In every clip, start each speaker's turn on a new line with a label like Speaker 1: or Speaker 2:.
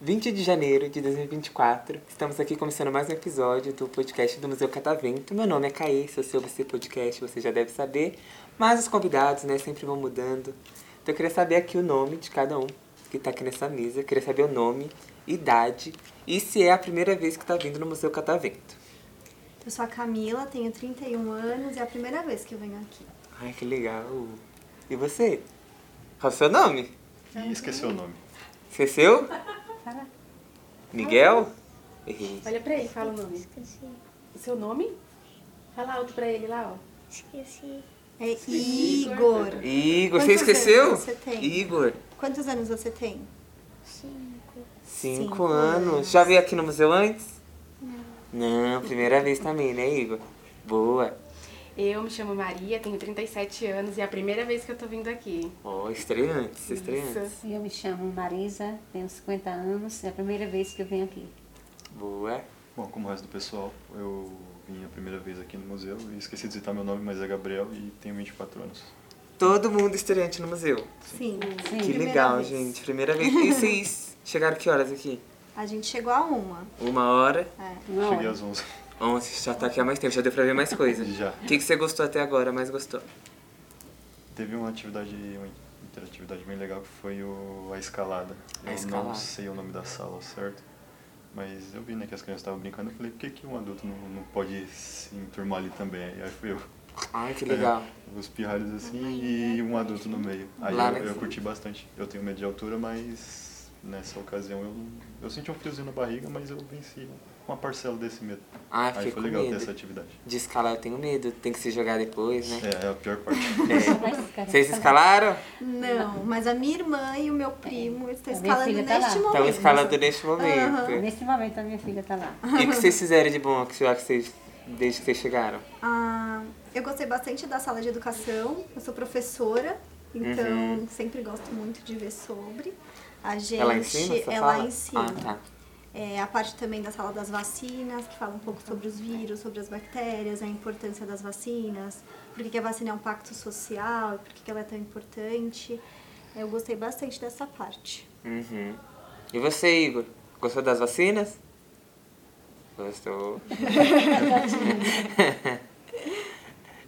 Speaker 1: 20 de janeiro de 2024, estamos aqui começando mais um episódio do podcast do Museu Catavento. Meu nome é Caê, se você ouve esse podcast você já deve saber, mas os convidados né, sempre vão mudando. Então eu queria saber aqui o nome de cada um que está aqui nessa mesa, eu queria saber o nome, idade e se é a primeira vez que está vindo no Museu Catavento.
Speaker 2: Eu sou a Camila, tenho 31 anos e é a primeira vez que eu venho aqui.
Speaker 1: Ai, que legal! E você? Qual é o seu nome? Uhum.
Speaker 3: Ih, esqueceu o nome.
Speaker 1: Esqueceu?
Speaker 4: Fala.
Speaker 1: Miguel? Errei.
Speaker 4: Olha pra ele, fala o nome.
Speaker 5: Esqueci,
Speaker 4: O seu nome? Fala alto pra ele lá, ó.
Speaker 5: esqueci.
Speaker 2: É Igor.
Speaker 1: Igor, você
Speaker 2: Quantos
Speaker 1: esqueceu?
Speaker 2: anos você tem?
Speaker 1: Igor.
Speaker 2: Quantos anos você tem?
Speaker 5: Cinco.
Speaker 1: Cinco,
Speaker 2: Cinco
Speaker 1: anos.
Speaker 2: anos.
Speaker 1: Já veio aqui no museu antes? Não. Não, primeira vez também, né, Igor? Boa.
Speaker 4: Eu me chamo Maria, tenho 37 anos e é a primeira vez que eu tô vindo aqui.
Speaker 1: Ó, estreantes, estreantes.
Speaker 4: Isso.
Speaker 6: Eu me chamo Marisa, tenho 50 anos, é a primeira vez que eu venho aqui.
Speaker 1: Boa.
Speaker 3: Bom, como o resto do pessoal, eu vim a primeira vez aqui no museu e esqueci de citar meu nome, mas é Gabriel e tenho 24 anos.
Speaker 1: Todo mundo estreante no museu.
Speaker 2: Sim.
Speaker 6: Sim.
Speaker 1: que
Speaker 2: Primeira
Speaker 1: legal,
Speaker 2: vez.
Speaker 1: gente. Primeira vez. E vocês chegaram que horas aqui?
Speaker 2: A gente chegou a uma. É.
Speaker 1: Uma hora.
Speaker 6: Uma
Speaker 3: Cheguei
Speaker 6: hora.
Speaker 3: às 11.
Speaker 1: Onze. Já tá aqui há mais tempo. Já deu pra ver mais coisa.
Speaker 3: Já.
Speaker 1: O que, que você gostou até agora? Mais gostou?
Speaker 3: Teve uma atividade, uma interatividade bem legal que foi o, a escalada.
Speaker 1: A
Speaker 3: eu
Speaker 1: escalada.
Speaker 3: não sei o nome da sala ao certo, mas eu vi né, que as crianças estavam brincando e falei, por que, que um adulto não, não pode se enturmar ali também? E aí fui eu.
Speaker 1: Ai,
Speaker 3: É.
Speaker 1: que legal.
Speaker 3: Os pirralhos assim e um adulto no meio. Aí
Speaker 1: Lá
Speaker 3: eu,
Speaker 1: nesse-
Speaker 3: eu curti bastante. Eu tenho medo de altura, mas nessa ocasião eu, eu senti um friozinho na barriga, mas eu venci uma parcela desse medo.
Speaker 1: Ai,
Speaker 3: Aí
Speaker 1: fiquei
Speaker 3: foi
Speaker 1: Ah, com
Speaker 3: legal ter essa
Speaker 1: medo.
Speaker 3: atividade.
Speaker 1: De escalar eu tenho medo. Tem que se jogar depois, né?
Speaker 3: É, é a pior parte.
Speaker 1: É. Vocês escalaram?
Speaker 2: Não, mas a minha irmã e o meu primo estão
Speaker 6: A minha
Speaker 2: escalando
Speaker 6: filha tá
Speaker 2: neste
Speaker 6: lá.
Speaker 2: momento.
Speaker 1: Estão escalando neste momento.
Speaker 6: Nesse momento a minha filha tá lá.
Speaker 1: E o que vocês fizeram de bom que vocês- que vocês, desde que vocês chegaram?
Speaker 2: Ah, eu gostei bastante da sala de educação. Eu sou professora,
Speaker 1: Uhum.
Speaker 2: então sempre gosto muito de ver sobre. A gente,
Speaker 1: Ela ensina? essa
Speaker 2: ela
Speaker 1: sala?
Speaker 2: ensina.
Speaker 1: Ah, tá.
Speaker 2: É, a parte também da sala das vacinas, que fala um pouco sobre os vírus, sobre as bactérias, a importância das vacinas, por que que a vacina é um pacto social, por que que ela é tão importante. Eu gostei bastante dessa parte.
Speaker 1: Uhum. E você, Igor? Gostou das vacinas? Gostou.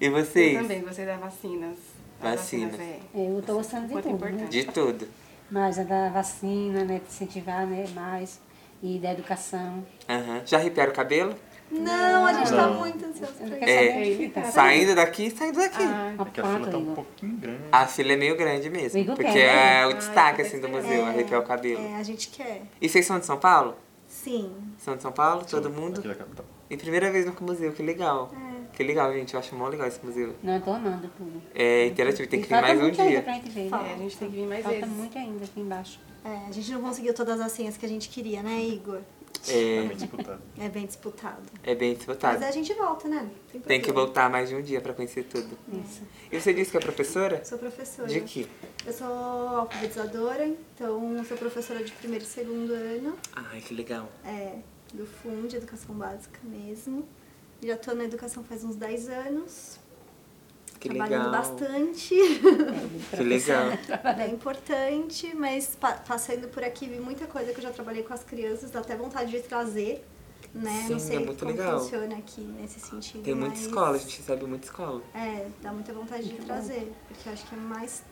Speaker 1: e vocês?
Speaker 4: Eu também gostei das vacinas. As
Speaker 1: Vacinas.
Speaker 4: é.
Speaker 6: Eu tô gostando de
Speaker 4: Quanto é
Speaker 6: tudo, né?
Speaker 4: importante.
Speaker 1: De tudo.
Speaker 6: Mas a da vacina, né, de incentivar, né, mais, e da educação.
Speaker 1: Aham. Já arrepiaram o cabelo?
Speaker 2: Não, a gente tá
Speaker 3: Não.
Speaker 2: muito ansioso
Speaker 6: Eu
Speaker 2: pra
Speaker 6: não
Speaker 2: isso.
Speaker 6: quero
Speaker 1: É.
Speaker 6: saber onde fica.
Speaker 1: Saindo daqui, saindo daqui.
Speaker 4: Ah,
Speaker 6: Uma
Speaker 3: É que a fila
Speaker 6: foto,
Speaker 3: tá um
Speaker 6: Igor.
Speaker 3: pouquinho grande.
Speaker 1: A fila é meio grande mesmo.
Speaker 6: Igor
Speaker 1: porque
Speaker 6: quer, né?
Speaker 1: é o
Speaker 4: Ah,
Speaker 1: destaque
Speaker 4: eu tô
Speaker 1: assim, do
Speaker 4: esperando.
Speaker 1: museu, arrepiar o cabelo.
Speaker 2: É, a gente quer.
Speaker 1: E vocês são de São Paulo?
Speaker 2: Sim.
Speaker 1: São de São Paulo? Todo mundo?
Speaker 3: Aqui da capital.
Speaker 1: E primeira vez no museu, que legal.
Speaker 2: É.
Speaker 1: Que legal, gente. Eu acho mó legal esse museu.
Speaker 6: Não, eu tô amando tudo.
Speaker 1: É interativo, tem
Speaker 6: E
Speaker 1: que vir mais
Speaker 6: falta
Speaker 1: um
Speaker 6: muito ainda
Speaker 1: dia.
Speaker 6: pra gente ver, né?
Speaker 4: é, a gente tem que vir mais
Speaker 6: Falta
Speaker 4: vezes.
Speaker 6: muito ainda aqui embaixo.
Speaker 2: É, a gente não conseguiu todas as senhas que a gente queria, né, Igor?
Speaker 3: É
Speaker 1: É,
Speaker 3: bem disputado.
Speaker 2: É bem disputado.
Speaker 1: é bem
Speaker 2: Mas
Speaker 1: disputado.
Speaker 2: a gente volta, né? Não
Speaker 1: Tem que
Speaker 2: problema.
Speaker 1: voltar mais de um dia pra conhecer tudo.
Speaker 6: Isso.
Speaker 1: E você disse que é professora?
Speaker 2: Sou professora.
Speaker 1: De quê?
Speaker 2: Eu sou alfabetizadora, então sou professora de primeiro e segundo ano.
Speaker 1: Ai, que legal.
Speaker 2: É, do fundo de educação básica mesmo. Já tô na educação faz uns 10 anos.
Speaker 1: Que
Speaker 2: trabalhando
Speaker 1: legal.
Speaker 2: bastante.
Speaker 1: Que legal.
Speaker 2: é importante, mas pa- passando por aqui vi muita coisa que eu já trabalhei com as crianças, dá até vontade de trazer. Né?
Speaker 1: Sim,
Speaker 2: Não sei
Speaker 1: é muito
Speaker 2: como
Speaker 1: legal.
Speaker 2: funciona aqui nesse sentido.
Speaker 1: Tem muita
Speaker 2: mas-
Speaker 1: escola, a gente recebe muita escola.
Speaker 2: É, dá muita vontade de trazer, porque eu acho que é mais.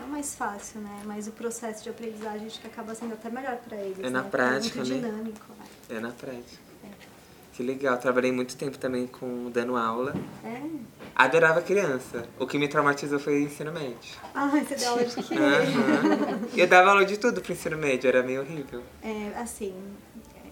Speaker 2: Não mais fácil, né? Mas o processo de aprendizagem acho que acaba sendo até melhor pra eles.
Speaker 1: É na
Speaker 2: né?
Speaker 1: prática,
Speaker 2: muito
Speaker 1: né?
Speaker 2: dinâmico. né?
Speaker 1: É na prática. Que legal. Trabalhei muito tempo também com dando aula.
Speaker 2: É.
Speaker 1: Adorava criança. O que me traumatizou foi o ensino médio.
Speaker 2: Ai, Ah, você deu aula de quê?
Speaker 1: É. Aham. Eu dava aula de tudo pro ensino médio, era meio horrível.
Speaker 2: É, assim,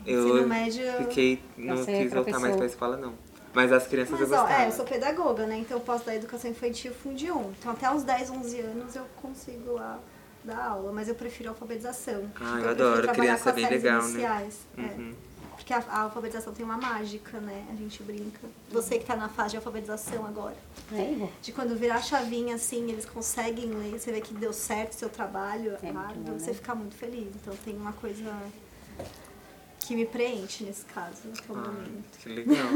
Speaker 1: Eu
Speaker 2: ensino médio.
Speaker 1: Fiquei, não
Speaker 6: Você é
Speaker 1: quis voltar mais
Speaker 6: professor.
Speaker 1: pra escola, não. Mas as crianças
Speaker 2: Mas
Speaker 1: eu
Speaker 2: ó,
Speaker 1: gostava.
Speaker 2: é, eu sou pedagoga, né? Então eu posso dar educação infantil fundo 1. Então até uns 10, 11 anos eu consigo lá dar aula, mas eu prefiro a alfabetização.
Speaker 1: Ah, eu
Speaker 2: Então prefiro
Speaker 1: adoro,
Speaker 2: trabalhar
Speaker 1: criança
Speaker 2: com as
Speaker 1: é bem
Speaker 2: séries
Speaker 1: legal, né?
Speaker 2: iniciais, é.
Speaker 1: Uhum.
Speaker 2: Porque a, a alfabetização tem uma mágica, né? A gente brinca. Você que tá na fase de alfabetização agora.
Speaker 6: É, Igor?
Speaker 2: De quando virar a chavinha assim, eles conseguem ler, você vê que deu certo o seu trabalho, ah,
Speaker 6: É muito
Speaker 2: árduo,
Speaker 6: bom, né?
Speaker 2: Então, você fica muito feliz. Então tem uma coisa que me preenche nesse caso, que é o momento.
Speaker 1: Ah, que legal.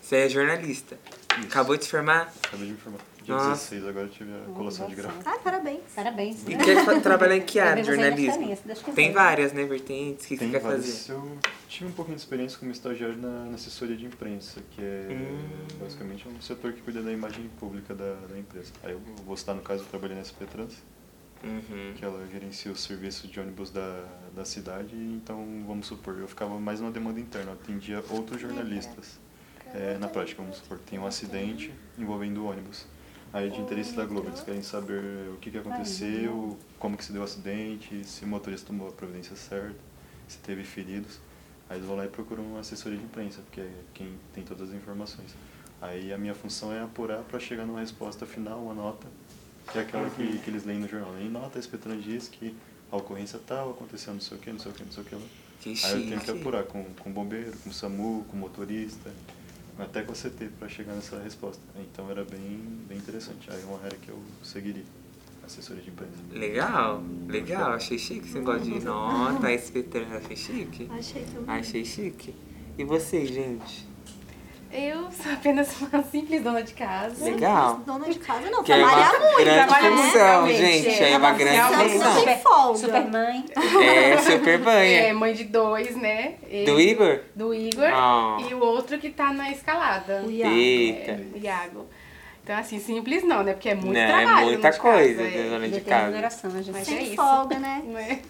Speaker 1: Você é jornalista.
Speaker 3: Isso.
Speaker 1: Acabou de se formar
Speaker 3: Acabei de me formar. Dia
Speaker 1: Nossa.
Speaker 3: 16 agora eu tive a colação de grau.
Speaker 2: Ah, parabéns.
Speaker 6: Parabéns.
Speaker 1: e
Speaker 6: né?
Speaker 1: quer fa- trabalhar em que área de
Speaker 6: Talvez você é ainda
Speaker 1: jornalismo?
Speaker 6: conheça, acho que
Speaker 1: Tem
Speaker 6: foi.
Speaker 1: várias, né, vertentes. O que que você
Speaker 3: Tem
Speaker 1: quer
Speaker 3: vários.
Speaker 1: fazer?
Speaker 3: Eu tive um pouquinho de experiência como estagiário na, na assessoria de imprensa, que é
Speaker 1: Hum.
Speaker 3: basicamente um setor que cuida da imagem pública da, da empresa. Aí eu vou citar, no caso, eu trabalhei na SP Trans,
Speaker 1: Uhum.
Speaker 3: que ela gerencia o serviço de ônibus da, da cidade, então, vamos supor, eu ficava mais na demanda interna, eu atendia outros jornalistas. É, na prática, vamos supor, tem um acidente envolvendo o ônibus. Aí é de interesse da Globo, eles querem saber o que, que aconteceu, como que se deu o acidente, se o motorista tomou a providência certa, se teve feridos. Aí eles vão lá e procuram uma assessoria de imprensa, porque é quem tem todas as informações. Aí a minha função é apurar para chegar numa resposta final, uma nota, que é aquela que, que eles leem no jornal. Em nota, a Espetran diz que a ocorrência tal aconteceu não sei o que, não sei o que, não sei o que lá.
Speaker 1: Que
Speaker 3: Aí eu tenho que
Speaker 1: chique.
Speaker 3: apurar com, com bombeiro, com SAMU, com motorista, até com a CT para chegar nessa resposta. Então era bem, bem interessante. Aí é uma área que eu seguiria, assessoria de imprensa.
Speaker 1: Legal, legal. Achei chique esse negócio de nota, SP trans. Achei chique.
Speaker 2: Achei também.
Speaker 1: Achei chique. E vocês, gente?
Speaker 4: Eu sou apenas uma simples dona de casa.
Speaker 1: Legal.
Speaker 2: Dona de casa não,
Speaker 1: Que é
Speaker 2: trabalhar
Speaker 1: uma
Speaker 2: muito. né?
Speaker 1: grande
Speaker 4: trabalha muito,
Speaker 1: função,
Speaker 4: realmente,
Speaker 1: gente.
Speaker 4: é.
Speaker 1: É uma grande
Speaker 4: Realmente.
Speaker 1: função.
Speaker 2: Tem folga.
Speaker 6: Supermãe.
Speaker 1: É super
Speaker 4: É,
Speaker 1: banha.
Speaker 4: mãe de dois, né? Ele-
Speaker 1: Do Igor?
Speaker 4: Do Igor.
Speaker 1: Ah.
Speaker 4: E o outro que tá na escalada.
Speaker 2: O Iago.
Speaker 4: É,
Speaker 1: Eita.
Speaker 4: o Iago. Então, assim, simples não, né? Porque é muito
Speaker 1: Né, é
Speaker 4: trabalho.
Speaker 1: muita
Speaker 4: dona de
Speaker 1: coisa,
Speaker 4: casa, é.
Speaker 1: né, dona de
Speaker 6: Ele tem
Speaker 1: casa.
Speaker 6: remuneração, a gente.
Speaker 4: Mas
Speaker 2: Sem
Speaker 4: é isso.
Speaker 2: folga, né?
Speaker 4: Não é?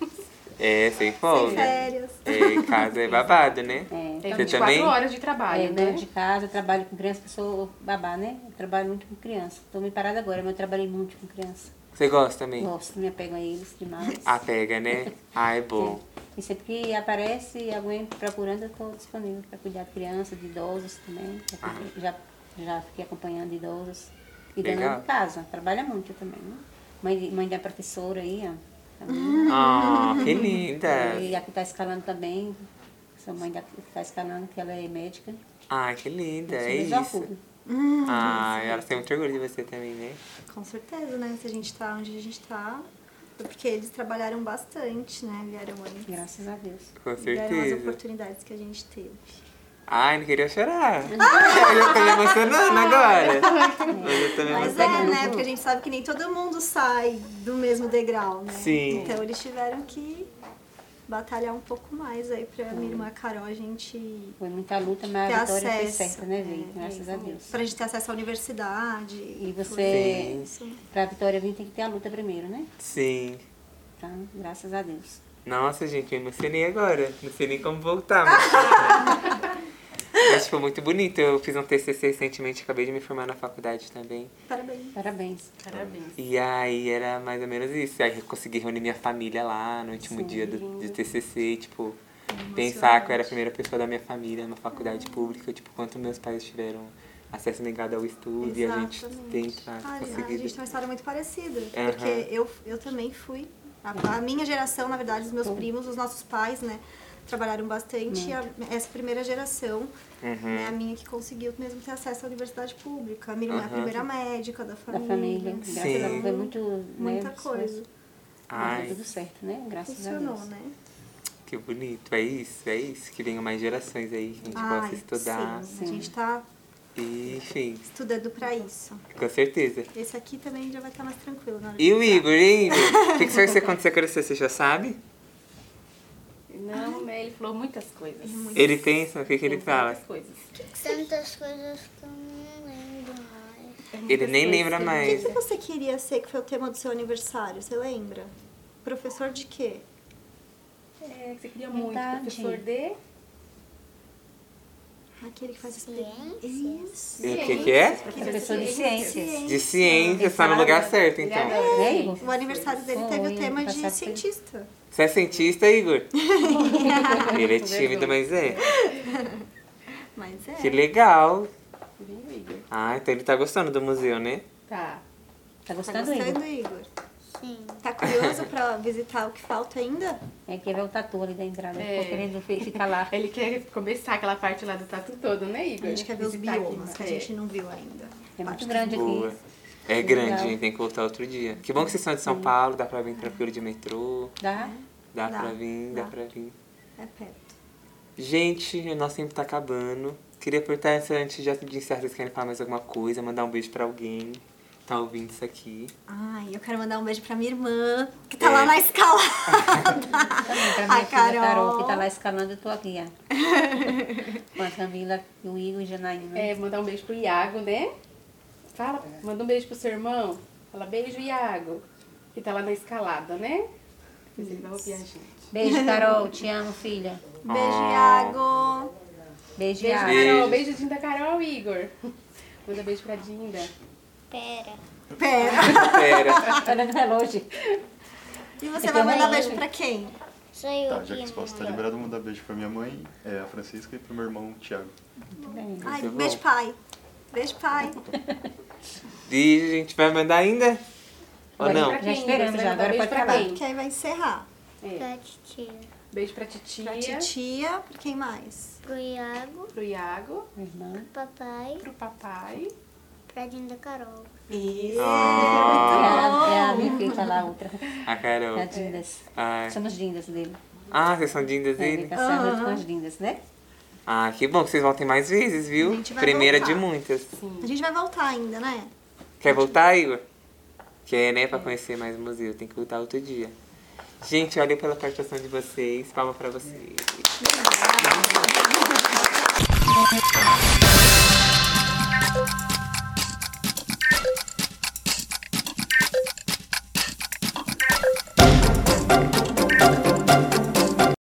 Speaker 1: É, sem folga.
Speaker 2: Férias.
Speaker 1: É, casa é babado, né?
Speaker 6: É,
Speaker 4: É
Speaker 1: Você
Speaker 4: 24
Speaker 1: também?
Speaker 4: horas de trabalho,
Speaker 6: É,
Speaker 4: né?
Speaker 6: dona de casa, eu trabalho com criança, porque eu sou babá, né? Eu trabalho muito com criança. Tô me parada agora, mas eu trabalhei muito com criança.
Speaker 1: Você gosta também?
Speaker 6: Gosto, me apego a eles demais.
Speaker 1: Apega, né? Ah, é bom.
Speaker 6: E sempre que aparece alguém procurando, eu estou disponível para cuidar de crianças, de idosos também. Já, fiquei- já, já fiquei acompanhando idosos. E
Speaker 1: Legal.
Speaker 6: dona de casa, trabalha muito também, né? Mãe, de- mãe da professora aí, ó. também.
Speaker 1: Ah, que linda.
Speaker 6: E a que está escalando também. Sou mãe da que está escalando, que ela é médica.
Speaker 1: Ah, que linda. É
Speaker 6: Eu já fui.
Speaker 1: isso. Ah, ela tem muito orgulho de você também, né?
Speaker 2: Com certeza, né? Se a gente tá onde a gente tá. é Porque eles trabalharam bastante, né? Vieram antes.
Speaker 6: Graças a Deus.
Speaker 1: Com
Speaker 2: Vieram as
Speaker 1: certeza.
Speaker 2: oportunidades que a gente teve.
Speaker 1: Ai, não queria chorar. Eu tô me
Speaker 4: Ah,
Speaker 1: emocionando agora. Mas eu tô me
Speaker 2: Mas
Speaker 1: emocionando.
Speaker 2: é, né? Porque a gente sabe que nem todo mundo sai do mesmo degrau, né?
Speaker 1: Sim.
Speaker 2: Então eles tiveram que batalhar um pouco mais aí pra minha irmã Carol a gente
Speaker 6: Foi muita luta, mas
Speaker 2: ter
Speaker 6: a vitória foi
Speaker 2: acesso.
Speaker 6: certa, né,
Speaker 2: É,
Speaker 6: Vi? Graças a Deus.
Speaker 2: Pra gente ter acesso à universidade.
Speaker 1: Sim.
Speaker 6: E você, para a vitória vir, tem que ter a luta primeiro, né?
Speaker 1: Sim.
Speaker 6: Então, graças a Deus.
Speaker 1: Nossa, gente, eu me emocionei agora. Não sei nem como voltar. Mas, mas ficou muito bonito. Eu fiz um TCC recentemente, acabei de me formar na faculdade também.
Speaker 2: Parabéns.
Speaker 6: Parabéns.
Speaker 4: Parabéns.
Speaker 1: E aí era mais ou menos isso. Aí eu consegui reunir minha família lá no último
Speaker 6: Sim,
Speaker 1: dia do,
Speaker 4: lindo.
Speaker 1: do TCC, e, tipo, pensar que eu era a primeira pessoa da minha família numa faculdade pública, tipo, quanto meus pais tiveram acesso negado ao estudo e a gente tem tá,
Speaker 2: Ah, a
Speaker 1: conseguido.
Speaker 2: gente tem uma história muito parecida.
Speaker 1: Aham.
Speaker 2: Porque eu, eu também fui. A, a minha geração, na verdade, os meus primos, os nossos pais, né? Trabalharam bastante. E a- essa primeira geração,
Speaker 1: Uhum.
Speaker 2: né, a minha que conseguiu mesmo ter acesso à universidade pública. A minha irmã é a
Speaker 1: Aham.
Speaker 2: primeira médica da
Speaker 6: Da
Speaker 2: família.
Speaker 6: família. Graças a
Speaker 1: Sim.
Speaker 6: Deus. Foi muito.
Speaker 2: Muita
Speaker 6: né,
Speaker 2: coisa.
Speaker 6: mas deu
Speaker 1: Ai,
Speaker 6: tudo certo, né? Graças a
Speaker 2: Funcionou,
Speaker 6: Deus.
Speaker 2: né?
Speaker 1: que bonito. É isso, é isso. Que venham mais gerações aí, que a gente
Speaker 2: Ai,
Speaker 1: possa estudar.
Speaker 2: sim, A gente tá
Speaker 1: E, enfim,
Speaker 2: estudando pra isso.
Speaker 1: com certeza.
Speaker 2: Esse aqui também já vai estar mais tranquilo na hora de
Speaker 1: E o
Speaker 2: entrar.
Speaker 1: Igor, hein, Igor? O que, que você vai ser quando você crescer? Você já sabe?
Speaker 4: Não, né? Ele falou muitas coisas. É
Speaker 1: Ele pensa? O que, que ele fala?
Speaker 4: Muitas coisas.
Speaker 5: Tantas coisas que eu não lembro mais.
Speaker 4: É
Speaker 1: Ele nem
Speaker 4: muitas coisas
Speaker 1: lembra
Speaker 4: que-
Speaker 2: O que,
Speaker 1: mais.
Speaker 2: que você queria ser que foi o tema do seu aniversário? Você lembra? Professor de quê?
Speaker 4: É, que você queria muito,
Speaker 6: Verdade.
Speaker 4: professor de...
Speaker 2: Aquele que faz
Speaker 5: Ciências.
Speaker 2: Isso.
Speaker 1: E o que que é?
Speaker 6: Professor de ciências.
Speaker 1: De ciência, tá no lugar certo, então.
Speaker 6: Né, Igor?
Speaker 2: O aniversário dele
Speaker 6: Foi,
Speaker 2: teve o tema
Speaker 6: ano
Speaker 2: de
Speaker 6: passado foi.
Speaker 2: cientista.
Speaker 1: Você é cientista, Igor? Ele é tímido, mas é.
Speaker 2: Mas é.
Speaker 1: Que legal.
Speaker 4: Ele...
Speaker 1: Ah, então ele tá gostando do museu, né?
Speaker 4: Tá.
Speaker 2: Tá
Speaker 6: Tá gostando, Igor?
Speaker 2: gostando, Igor?
Speaker 5: Sim.
Speaker 2: Tá curioso pra visitar o que falta ainda?
Speaker 6: É que é o tatu ali da entrada.
Speaker 4: É.
Speaker 6: Ficou querendo fi- ficar lá.
Speaker 4: Ele quer começar aquela parte lá do tatu todo, né, Igor?
Speaker 2: A gente quer ver os
Speaker 4: Visitar aqui,
Speaker 2: biomas que a
Speaker 4: é.
Speaker 2: gente não viu ainda. Parte
Speaker 6: É muito grande
Speaker 1: Boa.
Speaker 6: aqui.
Speaker 1: É
Speaker 6: Que
Speaker 1: grande,
Speaker 6: legal.
Speaker 1: gente. Tem que voltar outro dia. Que bom que vocês são de São Paulo, dá pra vir tranquilo de metrô.
Speaker 2: É.
Speaker 6: Dá?
Speaker 1: Dá,
Speaker 2: Dá,
Speaker 1: pra vir, dá,
Speaker 2: dá.
Speaker 1: pra vir.
Speaker 2: É perto.
Speaker 1: Gente, o nosso tempo tá acabando. Queria perguntar se antes de de encerrar, vocês querem falar mais alguma coisa, mandar um beijo pra alguém que tá ouvindo isso aqui.
Speaker 2: Ai, eu quero mandar um beijo pra minha irmã, que
Speaker 1: É.
Speaker 2: tá lá na escalada.
Speaker 6: Também Tá pra
Speaker 2: A
Speaker 6: minha filha Carol,
Speaker 2: Carol.
Speaker 6: que tá lá escalando, eu tô aqui, ó. Com a Camila, o Igor e Janaína.
Speaker 4: É, mandar um beijo pro Iago, né? Fala, manda um beijo pro seu irmão. Fala, beijo, Iago. Que tá lá na escalada, né? Depois ele vai ouvir a gente.
Speaker 6: Beijo, Carol. Te amo, filha.
Speaker 2: Beijo,
Speaker 1: Ah.
Speaker 2: Iago.
Speaker 6: Tá. Beijo,
Speaker 4: Beijo,
Speaker 6: Iago.
Speaker 4: Carol. Beijo, Dinda Carol, Igor. Manda beijo pra Dinda.
Speaker 5: Pera.
Speaker 2: Pera.
Speaker 1: Pera.
Speaker 6: Olha no relógio.
Speaker 2: E você vai mandar beijo pra quem?
Speaker 5: Sou eu
Speaker 3: Tá,
Speaker 5: que
Speaker 3: já que esse
Speaker 5: mando.
Speaker 3: posto tá liberado, vou mandar beijo pra minha mãe, é, a Francisca, e pro meu irmão, o Thiago.
Speaker 6: Bem,
Speaker 2: Ai,
Speaker 1: Você
Speaker 2: beijo,
Speaker 1: bom.
Speaker 2: pai. Beijo, pai.
Speaker 1: E a gente vai mandar ainda? Ou
Speaker 4: Beijo
Speaker 1: Ah, não?
Speaker 4: pra quem,
Speaker 6: Já esperamos,
Speaker 4: Igor? Você
Speaker 6: já.
Speaker 4: vai mandar
Speaker 6: Agora
Speaker 4: beijo
Speaker 6: pode
Speaker 4: pra
Speaker 6: falar.
Speaker 4: quem?
Speaker 2: Que aí vai encerrar.
Speaker 4: É.
Speaker 5: Pra titia.
Speaker 4: Beijo pra titia,
Speaker 2: Pra titia, pra quem mais?
Speaker 5: Pro Iago,
Speaker 4: pro Iago,
Speaker 6: minha irmã.
Speaker 5: pro papai,
Speaker 4: pro papai.
Speaker 5: pra Dinda Carol.
Speaker 2: Isso.
Speaker 6: E
Speaker 1: Ah,
Speaker 6: É a, e a minha filha lá, outra. É
Speaker 1: a Carol.
Speaker 2: Tá
Speaker 6: A Dindas.
Speaker 1: Ai.
Speaker 6: São as Dindas dele.
Speaker 1: Ah, vocês são É. dindas
Speaker 2: Tá
Speaker 6: É, ele
Speaker 1: dele?
Speaker 6: passar junto com as Dindas, né?
Speaker 1: Ah, que bom que vocês voltem mais vezes, viu?
Speaker 2: A gente vai
Speaker 1: Primeira
Speaker 2: voltar.
Speaker 1: de muitas.
Speaker 2: A gente vai voltar ainda, né?
Speaker 1: Quer voltar, Igor? Quer, né?
Speaker 2: É.
Speaker 1: Pra conhecer mais o museu. Tem que voltar outro dia. Gente, olha pela participação de vocês. Palma pra vocês.